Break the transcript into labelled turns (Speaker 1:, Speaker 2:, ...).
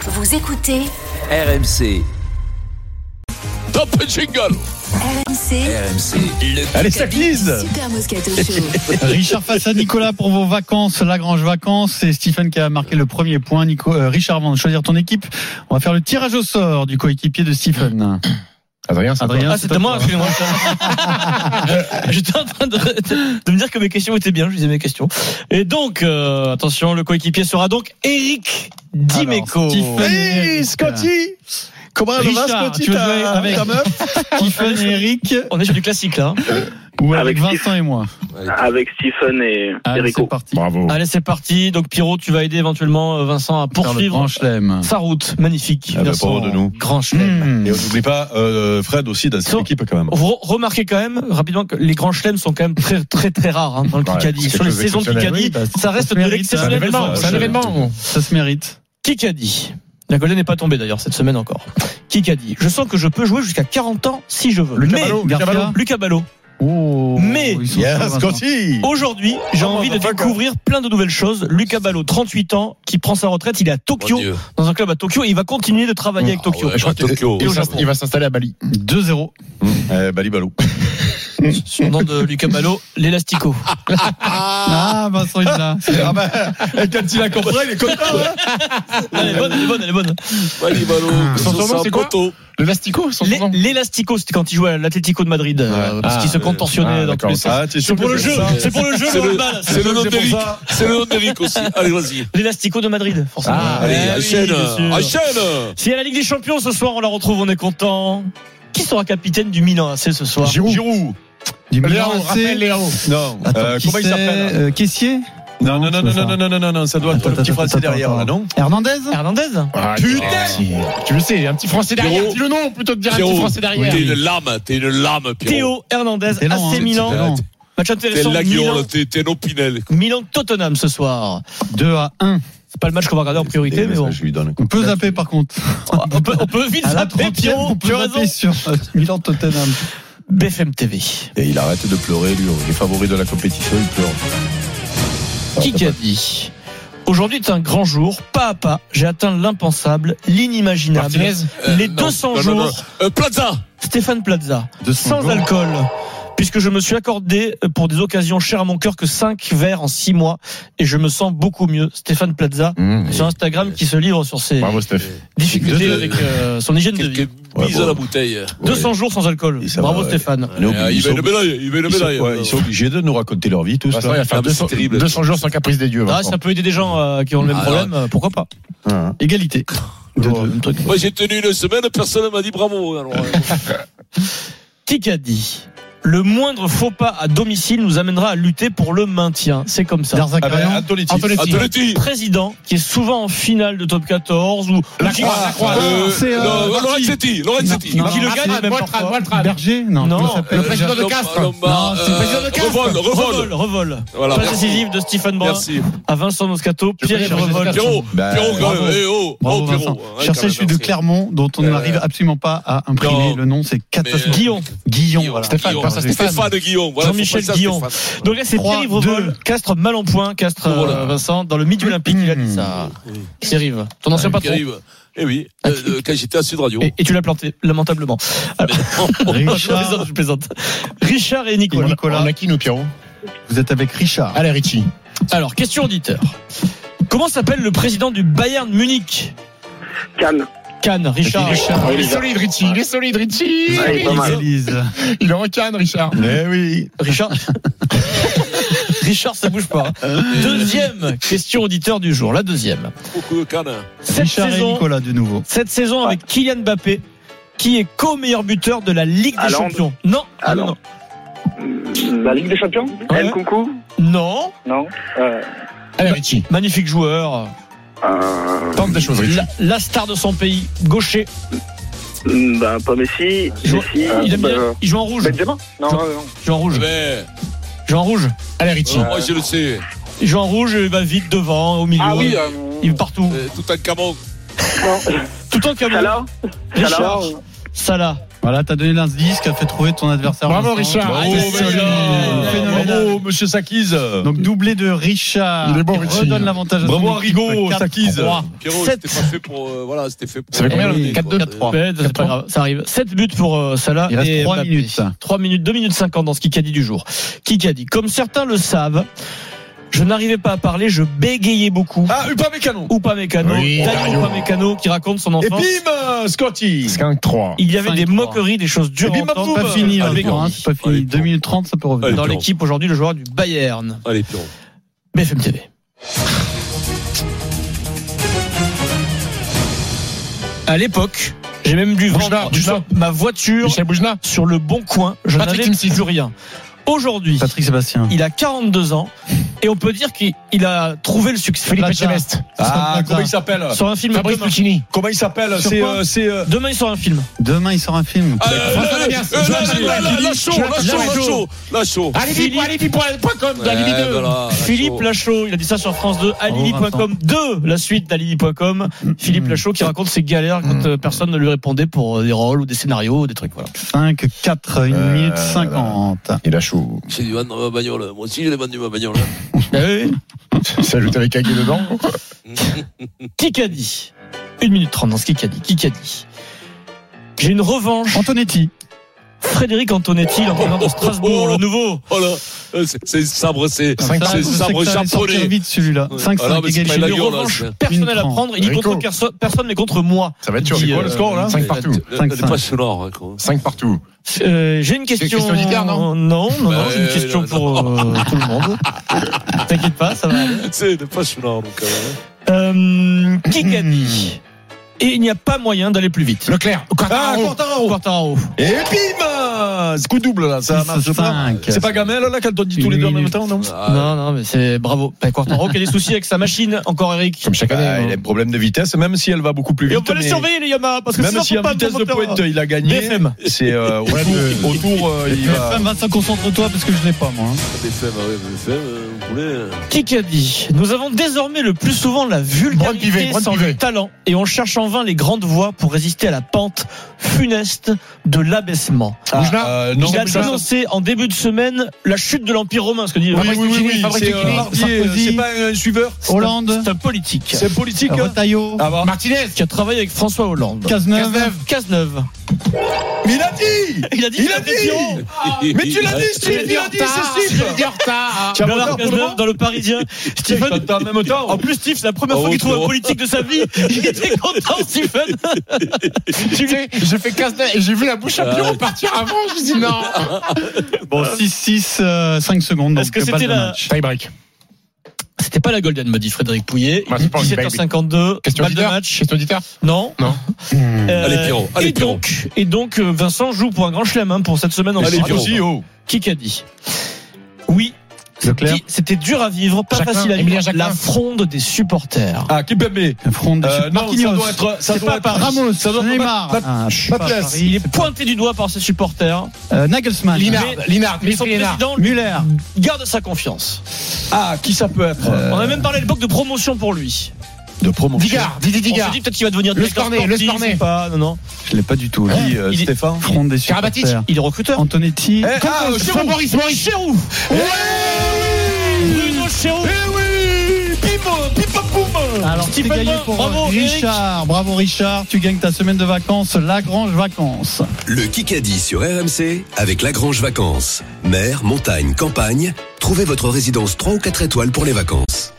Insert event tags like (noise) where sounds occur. Speaker 1: Vous écoutez
Speaker 2: RMC,
Speaker 3: Top jingle
Speaker 1: RMC
Speaker 2: RMC, le
Speaker 4: Allez, ça glisse
Speaker 1: Super Moscato Show.
Speaker 5: Richard face à Nicolas pour vos vacances, Lagrange vacances. C'est Stephen qui a marqué le premier point. Nico, euh, Richard, avant de choisir ton équipe, on va faire le tirage au sort du coéquipier de Stephen.
Speaker 4: Adrien, c'est
Speaker 5: Adrien,
Speaker 6: Ah,
Speaker 5: Ah, c'est
Speaker 6: c'était
Speaker 5: à toi.
Speaker 6: moi, excusez-moi. J'étais en train de, de me dire que mes questions étaient bien, je disais mes questions. Et donc, euh, attention, le coéquipier sera donc Eric Dimeco.
Speaker 5: Alors, Stephen et
Speaker 7: Hey,
Speaker 5: Eric.
Speaker 7: Scotty Comment elle
Speaker 5: Richard,
Speaker 7: va, Scotty,
Speaker 5: tu veux
Speaker 7: ta-
Speaker 5: jouer avec-
Speaker 7: ta meuf
Speaker 5: Stephen et Eric,
Speaker 6: (laughs) On est sur du classique là.
Speaker 5: Oh. ou avec
Speaker 8: Avec
Speaker 5: Vincent et moi.
Speaker 8: avec Stephen et
Speaker 5: Allez,
Speaker 8: Erico.
Speaker 5: c'est parti.
Speaker 4: Bravo.
Speaker 6: Allez, c'est parti. Donc, Pierrot, tu vas aider éventuellement euh, Vincent à
Speaker 5: Faire le grand
Speaker 6: poursuivre
Speaker 5: chelem.
Speaker 6: sa route magnifique
Speaker 7: Ah bah,
Speaker 6: vers son
Speaker 7: bravo de nous.
Speaker 6: grand chelem.
Speaker 5: Mmh.
Speaker 7: Et on n'oublie pas euh, Fred aussi dans cette
Speaker 6: So-
Speaker 7: équipe quand même.
Speaker 6: Re- Remarquez quand même rapidement que les grands chelems sont quand même très très très rares hein, dans le
Speaker 4: Ouais,
Speaker 6: Kikadi.
Speaker 4: c'est
Speaker 6: Sur les
Speaker 4: quelque chose
Speaker 6: saisons de
Speaker 4: d'exceptionnel.
Speaker 6: Kikadi,
Speaker 5: Oui, bah,
Speaker 6: ça reste
Speaker 5: ça
Speaker 6: de
Speaker 5: mérite,
Speaker 6: l'exceptionnel.
Speaker 5: c'est un événement,
Speaker 6: Vincent.
Speaker 5: c'est un événement. Ça se mérite.
Speaker 6: Kikadi. La Golden n'est pas tombée d'ailleurs cette semaine encore. Kikadi. Je sens que je peux jouer jusqu'à 40 ans si je veux.
Speaker 5: Lucas
Speaker 6: mais,
Speaker 5: Ballot,
Speaker 6: Garcia,
Speaker 5: Lucas Ballot.
Speaker 6: Lucas Ballot,
Speaker 5: Oh,
Speaker 6: Mais-
Speaker 5: ils sont sûrs,
Speaker 7: Yes,
Speaker 5: Vincent.
Speaker 7: Scotty
Speaker 6: aujourd'hui, j'ai
Speaker 7: Oh,
Speaker 6: envie de
Speaker 7: motherfucker.
Speaker 6: découvrir plein de nouvelles choses. Lucas Ballot, 38 ans, qui prend sa retraite, il est à Tokyo, dans un club à Tokyo, et il va continuer de travailler avec Tokyo.
Speaker 3: Ah ouais, à Tokyo.
Speaker 6: Et au Japon.
Speaker 4: va s'installer à Bali.
Speaker 5: 2-0.
Speaker 7: Eh, Bali Balou.
Speaker 6: Son nom de Lucas Ballot, l'Elastico.
Speaker 5: Ah, Vincent, il est (laughs) là.
Speaker 7: Ah bah, et quand il a compris, il est content hein
Speaker 6: Elle est bonne, elle est bonne, elle est bonne.
Speaker 3: Bali Balo,
Speaker 4: Son surnom,
Speaker 3: Sosa
Speaker 4: c'est quoi
Speaker 3: Poto.
Speaker 4: Le Vastico, son
Speaker 6: L'E- L'Elastico, c'était quand il jouait à l'Atlético de Madrid, euh,
Speaker 4: Ouais.
Speaker 6: parce qu'il se contorsionnait
Speaker 4: Ah,
Speaker 6: dans tous les
Speaker 4: d'accord.
Speaker 6: sens.
Speaker 7: Ah, t'es
Speaker 6: C'est
Speaker 7: sûr
Speaker 6: pour
Speaker 7: que
Speaker 6: le
Speaker 7: c'est
Speaker 6: jeu,
Speaker 7: ça
Speaker 6: c'est pour le jeu,
Speaker 3: C'est
Speaker 6: le
Speaker 3: le-
Speaker 6: handball.
Speaker 3: C'est le nom
Speaker 7: C'est pour
Speaker 3: d'Eric.
Speaker 7: ça.
Speaker 3: C'est le nom d'Eric aussi. Allez, vas-y.
Speaker 6: L'Elastico de Madrid, forcément.
Speaker 4: Ah,
Speaker 3: Allez,
Speaker 6: Eh oui,
Speaker 3: enchaîne.
Speaker 6: bien sûr.
Speaker 3: Enchaîne.
Speaker 6: Si à la Ligue des Champions ce soir, on la retrouve, on est content. Qui sera capitaine du Milan AC ce soir
Speaker 4: Giroud.
Speaker 7: Giroud
Speaker 5: Du Milan
Speaker 4: Léo,
Speaker 5: AC.
Speaker 4: rappelle Léo.
Speaker 7: Non,
Speaker 5: Attends,
Speaker 7: euh,
Speaker 5: qui
Speaker 7: comment il
Speaker 5: c'est
Speaker 7: s'appelle
Speaker 5: Euh, Caissier
Speaker 7: Non, non, non, non, non, non, non, non, non, non, ça doit être
Speaker 5: Attends,
Speaker 7: le petit
Speaker 5: attends,
Speaker 7: français
Speaker 5: attends,
Speaker 7: derrière,
Speaker 5: attends.
Speaker 7: là, non
Speaker 5: Hernandez
Speaker 6: Hernandez
Speaker 7: Ah,
Speaker 4: Putain Tu le sais, il y a un petit français derrière.
Speaker 3: Giroud.
Speaker 4: Dis le nom plutôt que de dire un
Speaker 3: Pierrot,
Speaker 4: petit français derrière.
Speaker 3: T'es une lame, t'es une lame, Pierrot.
Speaker 6: Théo Hernandez,
Speaker 5: C'est lent, hein,
Speaker 6: AC
Speaker 5: c'est-
Speaker 6: Milan.
Speaker 5: c'est lent.
Speaker 6: Match
Speaker 3: T'es
Speaker 6: intéressant.
Speaker 3: la
Speaker 6: Milan,
Speaker 3: gueule, t'es t'es nos Pinel.
Speaker 6: Milan-Tottenham ce soir.
Speaker 5: 2 à 1.
Speaker 6: C'est pas le match qu'on va regarder en priorité, mais bon.
Speaker 7: Eh, Je lui donne.
Speaker 5: On peut zapper par contre.
Speaker 6: On peut, on peut vite
Speaker 5: À la
Speaker 6: zapper
Speaker 5: 30e,
Speaker 6: Pierrot,
Speaker 5: on
Speaker 6: tu
Speaker 5: peut
Speaker 6: as raison.
Speaker 5: zapper sur euh, Milan Tottenham.
Speaker 6: BFM TV.
Speaker 7: Et il arrête de pleurer, lui. Les favoris de la compétition, il pleure.
Speaker 6: Qui a dit Aujourd'hui est un grand jour, pas à pas, j'ai atteint l'impensable, l'inimaginable.
Speaker 4: Martinez
Speaker 3: Euh,
Speaker 6: Les
Speaker 3: non,
Speaker 6: 200
Speaker 3: non, non, non.
Speaker 6: jours,
Speaker 3: Euh, Plaza.
Speaker 6: Stéphane Plaza.
Speaker 5: 200
Speaker 6: sans
Speaker 5: euros.
Speaker 6: alcool. Puisque je me suis accordé euh, pour des occasions chères à mon cœur que 5 verres en 6 mois et je me sens beaucoup mieux. Stéphane Plaza sur Instagram qui se livre sur ses
Speaker 4: Bravo, Steph.
Speaker 6: difficultés
Speaker 3: Quelques-
Speaker 6: avec euh, son hygiène de vie.
Speaker 3: Quelques
Speaker 7: Ouais,
Speaker 3: mises
Speaker 7: bon.
Speaker 3: à la bouteille.
Speaker 6: 200 jours sans alcool.
Speaker 7: Et ça
Speaker 6: Bravo
Speaker 7: va, ouais.
Speaker 6: Stéphane.
Speaker 7: On est obligé-
Speaker 3: Euh, Il
Speaker 7: ils
Speaker 3: va
Speaker 7: sont-
Speaker 3: une médaille. Il va une
Speaker 7: ils sont-
Speaker 3: médaille.
Speaker 7: ouais, Ils sont obligés de nous raconter leur vie, tous.
Speaker 4: Vincent, il
Speaker 7: là.
Speaker 4: va faire
Speaker 3: Ah, mais
Speaker 4: 200,
Speaker 3: c'est terrible.
Speaker 4: 200 jours sans caprice des dieux.
Speaker 6: Ah,
Speaker 4: Vincent.
Speaker 6: ça peut aider des gens euh, qui ont le même
Speaker 3: Ah,
Speaker 6: problème, euh, pourquoi pas
Speaker 7: Ah,
Speaker 5: Égalité.
Speaker 6: Oh, même truc.
Speaker 3: Moi, j'ai tenu une semaine, personne ne m'a dit bravo. Alors, euh,
Speaker 6: Qui a dit Le moindre faux pas à domicile nous amènera à lutter pour le maintien. C'est comme ça.
Speaker 7: Ah ben,
Speaker 5: Darzakarian.
Speaker 7: Antonetti.
Speaker 4: Antonetti.
Speaker 3: Antonetti.
Speaker 6: Président qui est souvent en finale de top 14 ou ou qui-
Speaker 4: Lacroix, Lacroix.
Speaker 3: Euh,
Speaker 5: c'est, euh,
Speaker 3: non, Lorenzetti, Lorenzetti. Euh,
Speaker 6: Non, qui le gagne même
Speaker 4: Boitral,
Speaker 6: parfois.
Speaker 4: Boitral.
Speaker 5: Berger Non.
Speaker 6: Non.
Speaker 5: comment ça s'appelle
Speaker 4: Le président de Castres.
Speaker 3: Lombard,
Speaker 5: Non, c'est le président de
Speaker 3: euh,
Speaker 5: Castres.
Speaker 3: Revol, Revol.
Speaker 6: Revol, revol.
Speaker 3: Voilà,
Speaker 6: Passe
Speaker 3: merci.
Speaker 6: décisive de Stephen Brun
Speaker 3: Merci.
Speaker 6: à Vincent Moscato, Pierre
Speaker 4: préfère
Speaker 6: Revol.
Speaker 4: Jessica
Speaker 3: Pierrot,
Speaker 7: Ben,
Speaker 3: Pierrot, quand
Speaker 5: bravo.
Speaker 3: même. Eh, oh,
Speaker 5: Bravo
Speaker 3: oh,
Speaker 5: Vincent.
Speaker 3: Pierrot. Ouais, quand
Speaker 5: Cherchez
Speaker 3: même,
Speaker 5: celui de
Speaker 3: merci.
Speaker 5: Clermont dont on
Speaker 3: Euh,
Speaker 5: n'arrive absolument pas à imprimer
Speaker 3: non.
Speaker 5: le nom, c'est catastrophique.
Speaker 6: Guillon.
Speaker 5: Guillon, voilà.
Speaker 4: Stéphane,
Speaker 3: Guillaume.
Speaker 4: pense à Stéphane.
Speaker 3: Stéphane Guillon. Voilà,
Speaker 6: Jean-Michel
Speaker 3: faut penser à
Speaker 6: Guillon.
Speaker 3: Stéphane.
Speaker 6: Donc là, c'est
Speaker 5: Trois,
Speaker 6: Pierre Revol, Castres mal en point, Castres euh,
Speaker 3: Voilà.
Speaker 6: Vincent, dans le midi olympique, il a dit ça. Pierre Yves, ton ancien
Speaker 3: Qui
Speaker 6: patron.
Speaker 3: arrive. Eh oui, euh, euh, quand j'étais à Sud Radio.
Speaker 6: Et, et tu l'as planté, lamentablement. Ah, Je
Speaker 5: Richard,
Speaker 6: plaisante, je plaisante. Richard et
Speaker 5: et
Speaker 6: Nicolas.
Speaker 5: Nicolas,
Speaker 4: On a qui, nous, Pierrot
Speaker 5: vous êtes avec Richard.
Speaker 4: Allez, Richie.
Speaker 6: Alors, question auditeur. Comment s'appelle le président du Bayern Munich
Speaker 8: Cannes.
Speaker 6: Cannes, Richard.
Speaker 8: Ah,
Speaker 4: Il
Speaker 8: il
Speaker 4: est
Speaker 8: est
Speaker 4: solide, Richie. Il est solide, Richie.
Speaker 8: Ouais, il est pas mal.
Speaker 5: Élise.
Speaker 4: Il est en canne, Richard.
Speaker 7: Eh oui.
Speaker 6: Richard. (laughs) Richard, ça bouge pas. hein.
Speaker 5: Euh.
Speaker 6: Deuxième question auditeur du jour, la deuxième.
Speaker 3: Beaucoup de cannes.
Speaker 6: Cette
Speaker 5: Richard et
Speaker 6: saison,
Speaker 5: Nicolas de nouveau.
Speaker 6: cette saison
Speaker 8: Ah.
Speaker 6: avec Kylian Mbappé, qui est co-meilleur buteur de la Ligue des
Speaker 8: Haaland.
Speaker 6: Champions. Non, ah non,
Speaker 8: Haaland. La Ligue des Champions
Speaker 6: Ouais.
Speaker 8: El Concours
Speaker 6: non, non.
Speaker 8: Non. Euh,
Speaker 4: Allez, Richie.
Speaker 6: Magnifique joueur,
Speaker 8: euh,
Speaker 4: Tente des choses, Richie.
Speaker 6: la, la star de son pays, gaucher.
Speaker 8: ben, pas Messi.
Speaker 6: Il joue,
Speaker 8: Messi.
Speaker 6: Ah, il aime bien-
Speaker 8: euh,
Speaker 6: il joue en rouge.
Speaker 8: Benzema Non,
Speaker 6: Jean-
Speaker 8: non, non.
Speaker 6: Il joue en rouge.
Speaker 3: Mais,
Speaker 6: Il joue en rouge.
Speaker 4: Allez,
Speaker 3: euh,
Speaker 4: Richie.
Speaker 3: Eh ben, moi, je le sais.
Speaker 6: Il joue en rouge, il va vite devant, au milieu.
Speaker 8: Ah oui, euh,
Speaker 6: Il va partout.
Speaker 3: Euh, Tout en camon.
Speaker 6: (laughs)
Speaker 8: non.
Speaker 6: Tout en caméra.
Speaker 8: Salah
Speaker 6: Richard.
Speaker 8: Salah
Speaker 6: Salah.
Speaker 5: Voilà, t'as donné l'indice qui a fait trouver ton adversaire.
Speaker 4: Bravo
Speaker 5: Vincent.
Speaker 4: Richard.
Speaker 5: Bravo,
Speaker 4: Bravo,
Speaker 5: Richard.
Speaker 4: Richard.
Speaker 5: Phénoménal.
Speaker 7: Bravo, monsieur Sakis.
Speaker 5: Donc doublé de Richard.
Speaker 4: Il est bon,
Speaker 5: qui
Speaker 4: Richie.
Speaker 5: redonne l'avantage à son
Speaker 7: Bravo
Speaker 5: équipe.
Speaker 7: Arrigo,
Speaker 5: Quatre,
Speaker 7: Sakis.
Speaker 5: trois.
Speaker 3: Pierrot, c'était pas fait pour. euh, voilà, c'était fait pour.
Speaker 4: Ça fait combien,
Speaker 3: Eh
Speaker 4: là,
Speaker 3: oui,
Speaker 4: 4-2,
Speaker 3: quoi.
Speaker 5: 4-3.
Speaker 6: Ouais, c'est pas grave, ça arrive. 7 buts pour euh, Salah.
Speaker 5: Il reste
Speaker 6: et
Speaker 5: trois
Speaker 6: Mbappé.
Speaker 5: minutes.
Speaker 6: 3 minutes, 2 minutes 50 dans ce Kikadi du jour. Kikadi. Comme certains le savent, je n'arrivais pas à parler, je bégayais beaucoup.
Speaker 7: Ah, Upa Mécano.
Speaker 6: Ou pas Mécano,
Speaker 4: Oui, Dario.
Speaker 6: qui raconte son
Speaker 7: Et
Speaker 6: enfance.
Speaker 7: bim, euh, Scotty.
Speaker 4: 5-3.
Speaker 6: Il y avait
Speaker 5: Cinq,
Speaker 6: des
Speaker 5: trois.
Speaker 6: moqueries, des choses dures.
Speaker 7: Et
Speaker 6: à
Speaker 7: bim, bam,
Speaker 6: entendre.
Speaker 7: boum.
Speaker 5: Pas fini,
Speaker 4: euh,
Speaker 5: là,
Speaker 6: Avec-
Speaker 5: encore, hein, c'est pas fini.
Speaker 3: Allez,
Speaker 5: 2 minutes 30, ça peut revenir.
Speaker 3: Allez,
Speaker 6: Dans
Speaker 3: Pierrot.
Speaker 6: l'équipe aujourd'hui, le joueur du Bayern.
Speaker 3: Allez, Pierrot.
Speaker 6: BFM TV. À l'époque, j'ai même dû
Speaker 4: Bouchard,
Speaker 6: vendre
Speaker 4: Bouchard.
Speaker 6: ma voiture
Speaker 4: Michel Boujna.
Speaker 6: sur le bon coin. Je
Speaker 4: Patrick
Speaker 6: n'avais
Speaker 4: Timsit.
Speaker 6: plus rien. Aujourd'hui,
Speaker 5: Patrick Sébastien.
Speaker 6: il a 42 ans et on peut dire qu'il il a trouvé le succès.
Speaker 4: Philippe
Speaker 6: Plaza.
Speaker 4: Etchebest.
Speaker 7: Ah, comment il s'appelle
Speaker 6: Sur un film
Speaker 4: Fabrice
Speaker 6: demain.
Speaker 4: Lucchini.
Speaker 7: Comment il s'appelle
Speaker 6: Sur
Speaker 7: C'est.
Speaker 6: quoi
Speaker 7: euh, c'est, euh,
Speaker 6: Demain, il sort un film.
Speaker 5: Demain, il sort un film.
Speaker 3: Ah, euh,
Speaker 4: François
Speaker 3: euh,
Speaker 4: Davias,
Speaker 3: euh,
Speaker 4: Joël
Speaker 3: là,
Speaker 4: Gilles,
Speaker 3: là, là,
Speaker 4: Gilles,
Speaker 3: là, chaud,
Speaker 4: Jacques
Speaker 3: là, chaud, là,
Speaker 4: Lachaud.
Speaker 3: chaud, là, chaud.
Speaker 4: Alibi.com, alibi.com, d'Alibi
Speaker 3: Ouais,
Speaker 4: 2.
Speaker 3: voilà, là,
Speaker 6: Philippe
Speaker 3: chaud.
Speaker 6: Lachaud, il a dit ça sur France
Speaker 4: Oh,
Speaker 6: 2, alibi.com 2, la suite d'alibi.com. Philippe
Speaker 4: Mm.
Speaker 6: Lachaud qui raconte ses galères quand euh, personne ne lui répondait pour euh, des rôles ou des scénarios, ou des trucs, voilà.
Speaker 4: (laughs)
Speaker 5: 5, 4, 1
Speaker 7: Euh,
Speaker 5: minute
Speaker 7: là.
Speaker 5: 50.
Speaker 7: Il a chaud.
Speaker 3: J'ai dû vendre ma bagnole. Moi aussi, j'ai vendu ma bagnole. (laughs)
Speaker 4: Eh Il s'est ajouté avec Agui dedans.
Speaker 6: Kikadi. 1 minute 30 dans ce Kikadi. Kikadi. J'ai une revanche.
Speaker 4: Oh.
Speaker 5: Antonetti.
Speaker 6: Frédéric Antonetti, l'entraîneur de Strasbourg, le nouveau.
Speaker 3: Oh là, euh, c'est- c'est sabre, c'est
Speaker 5: Comme ça,
Speaker 3: c'est
Speaker 5: je sais que
Speaker 3: sabre
Speaker 5: t'allais sortir
Speaker 3: japonais.
Speaker 5: vite celui-là.
Speaker 3: Ouais.
Speaker 5: 5,
Speaker 3: Ah non,
Speaker 5: 5,
Speaker 3: mais c'est pas
Speaker 5: égalité.
Speaker 3: la
Speaker 6: Une
Speaker 3: gueule, là,
Speaker 6: revanche
Speaker 3: c'est-
Speaker 6: personnelle à
Speaker 5: Une
Speaker 6: prendre. Il dit
Speaker 4: Rico.
Speaker 6: contre perso- personne, mais contre moi.
Speaker 4: Ça va être dur.
Speaker 6: Dit,
Speaker 4: C'est quoi
Speaker 6: euh,
Speaker 4: le score là 5 partout.
Speaker 5: Cinq,
Speaker 3: Elle est
Speaker 5: cinq.
Speaker 3: pas sonore. hein, quoi.
Speaker 4: 5 partout.
Speaker 6: Euh, J'ai une question. euh,
Speaker 4: question d'hiver,
Speaker 6: Non,
Speaker 4: non
Speaker 6: non, non,
Speaker 3: Bah,
Speaker 6: j'ai une
Speaker 3: euh,
Speaker 6: question
Speaker 3: non,
Speaker 6: pour euh, tout le monde.
Speaker 7: (laughs)
Speaker 6: T'inquiète pas, ça va aller.
Speaker 3: C'est elle est pas sonore. donc, euh,
Speaker 6: Euh, Kikadi. Et il n'y a pas moyen d'aller plus vite.
Speaker 4: Leclerc.
Speaker 7: Ah,
Speaker 4: Quartaro.
Speaker 7: Quartaro.
Speaker 6: Quartaro.
Speaker 7: Et bim euh, C'est coup double là, ça
Speaker 5: Six,
Speaker 7: marche pas.
Speaker 5: cinq.
Speaker 7: C'est pas Gamel là qu'elle doit dire tous
Speaker 5: Une
Speaker 7: les deux en même
Speaker 5: minute.
Speaker 7: temps, non
Speaker 3: ah,
Speaker 6: Non, non, mais c'est bravo. Bah, Quartaro qui a des soucis avec sa machine, encore Eric.
Speaker 4: Comme chaque
Speaker 7: Bah,
Speaker 4: année.
Speaker 7: Il a
Speaker 4: hein.
Speaker 7: un problème de vitesse, même si elle va beaucoup plus
Speaker 6: Et
Speaker 7: vite.
Speaker 6: on peut les
Speaker 7: mais
Speaker 6: surveiller, les Yamaha, parce que
Speaker 7: Même
Speaker 6: sinon,
Speaker 7: si
Speaker 6: faut
Speaker 7: à
Speaker 6: pas
Speaker 7: vitesse de
Speaker 6: moteur.
Speaker 7: pointe il a gagné,
Speaker 6: BFM.
Speaker 7: c'est euh, autour, autour euh, il va.
Speaker 5: BFM, Vincent, concentre-toi parce que je l'ai pas, moi. hein.
Speaker 3: BFM, ah ouais, BFM, euh, vous voulez. euh,
Speaker 6: Kikadi, nous avons désormais le plus souvent la vulgarité
Speaker 4: Brun Pivet, Brun
Speaker 6: sans le
Speaker 4: Pivet.
Speaker 6: talent et on cherche en vain les grandes voies pour résister à la pente funeste de l'abaissement.
Speaker 4: Boujna.
Speaker 7: Euh,
Speaker 6: Il
Speaker 7: non,
Speaker 6: a
Speaker 7: mais ça-
Speaker 6: annoncé en début de semaine la chute de l'Empire romain, ce que dit
Speaker 7: oui, oui, oui, oui,
Speaker 4: Fabrice
Speaker 7: c'est
Speaker 4: Lucchini,
Speaker 7: euh, mardi,
Speaker 5: Sarkozy.
Speaker 7: euh, c'est pas un suiveur,
Speaker 5: Hollande,
Speaker 6: C'est un politique
Speaker 7: c'est politique. hein.
Speaker 5: Retailleau,
Speaker 7: Ah bah.
Speaker 4: Martinez.
Speaker 6: qui a travaillé avec François Hollande.
Speaker 5: Cazeneuve.
Speaker 4: Cazeneuve.
Speaker 6: Cazeneuve.
Speaker 7: Mais il a dit
Speaker 6: Il a dit
Speaker 7: Il a
Speaker 6: c'était Pierrot.
Speaker 7: dit
Speaker 3: euh.
Speaker 7: Mais
Speaker 3: (laughs)
Speaker 7: tu l'as dit, Steve Il a dit, c'est Steve
Speaker 4: dit en retard.
Speaker 7: Tiens,
Speaker 6: Bernard
Speaker 7: bon,
Speaker 6: Cazeneuve dans le
Speaker 7: (laughs)
Speaker 6: Parisien. Stephen.
Speaker 7: en même temps.
Speaker 6: En plus, Steve, c'est la première
Speaker 3: Oh,
Speaker 6: fois qu'il trouve un
Speaker 3: Pierrot.
Speaker 6: politique de sa vie. Il était content, Stephen.
Speaker 4: Tu sais, J'ai fait Cazeneuve et j'ai vu la bouche à Pierrot partir avant. Je dis non.
Speaker 5: Bon, 6-6, 5 secondes.
Speaker 6: Est-ce
Speaker 5: donc,
Speaker 6: que
Speaker 5: balle
Speaker 6: c'était
Speaker 5: de
Speaker 6: la-
Speaker 5: match.
Speaker 4: Tie break.
Speaker 6: C'était pas la Golden, me dit Frédéric Pouillet.
Speaker 4: Bah, c'est pas une
Speaker 6: 17h52,
Speaker 4: Question
Speaker 6: balle de
Speaker 4: auditeur.
Speaker 6: match.
Speaker 4: Question auditeur.
Speaker 6: Non.
Speaker 4: Non.
Speaker 6: Euh,
Speaker 3: Allez, Pierrot, allez,
Speaker 6: et donc, et donc, euh, Vincent joue pour un grand chelem hein, pour cette semaine en
Speaker 3: Allez,
Speaker 6: France.
Speaker 3: Pierrot.
Speaker 7: Aussi, oh.
Speaker 6: Qui qu'a dit Oui,
Speaker 5: Leclerc.
Speaker 6: qui- c'était dur à vivre, pas
Speaker 4: Jacquelin,
Speaker 6: facile à
Speaker 4: Emilien
Speaker 6: vivre.
Speaker 4: Jacquelin.
Speaker 6: La fronde des supporters.
Speaker 7: Ah, Kipembe.
Speaker 5: Le front des
Speaker 7: Euh, non, ça
Speaker 5: Marquinhos.
Speaker 7: doit être. Ça
Speaker 6: C'est
Speaker 7: doit
Speaker 6: pas
Speaker 7: être
Speaker 6: Paris.
Speaker 5: Ramos,
Speaker 7: ça doit être
Speaker 5: Neymar,
Speaker 7: Bat- Bat-
Speaker 5: Ah, je suis pas à
Speaker 7: Batles.
Speaker 5: Paris.
Speaker 6: Il est pointé du doigt par ses supporters.
Speaker 4: Ah,
Speaker 5: Euh, Nagelsmann,
Speaker 4: Linard.
Speaker 6: Mais-
Speaker 4: Linard.
Speaker 6: Mais son
Speaker 4: Dimitri Linard.
Speaker 6: président lui,
Speaker 5: Muller,
Speaker 6: garde sa confiance. Euh,
Speaker 7: Ah, qui ça peut être
Speaker 6: On a même parlé à l'époque de promotion pour lui.
Speaker 7: De promotion.
Speaker 4: euh, Digard. Didi
Speaker 6: On se
Speaker 4: Digard.
Speaker 6: dit peut-être qu'il va devenir
Speaker 4: Le
Speaker 6: directeur
Speaker 4: Stornet, le
Speaker 6: sportif
Speaker 4: Stornet.
Speaker 6: ou pas. Non, non.
Speaker 5: je l'ai pas du tout.
Speaker 7: Qui, euh,
Speaker 6: Il est-
Speaker 7: Stéphane
Speaker 5: Front des
Speaker 4: Karabatic.
Speaker 5: supporters.
Speaker 6: Il est recruteur.
Speaker 5: Antonetti,
Speaker 7: Eh, Ah, euh, Giroud.
Speaker 4: Maurice. Maurice.
Speaker 6: Chéroux Bruno Chéroux
Speaker 7: Eh oui Pim, pim, pam, poum
Speaker 5: Alors c'est
Speaker 6: Stephen
Speaker 5: gagné
Speaker 6: Brun,
Speaker 5: pour euh,
Speaker 6: bravo,
Speaker 5: Richard, bravo Richard, tu gagnes ta semaine de vacances, Lagrange Vacances.
Speaker 9: Le Kikadi sur RMC avec Lagrange Vacances. Mer, montagne, campagne, trouvez votre résidence 3 ou 4 étoiles pour les vacances.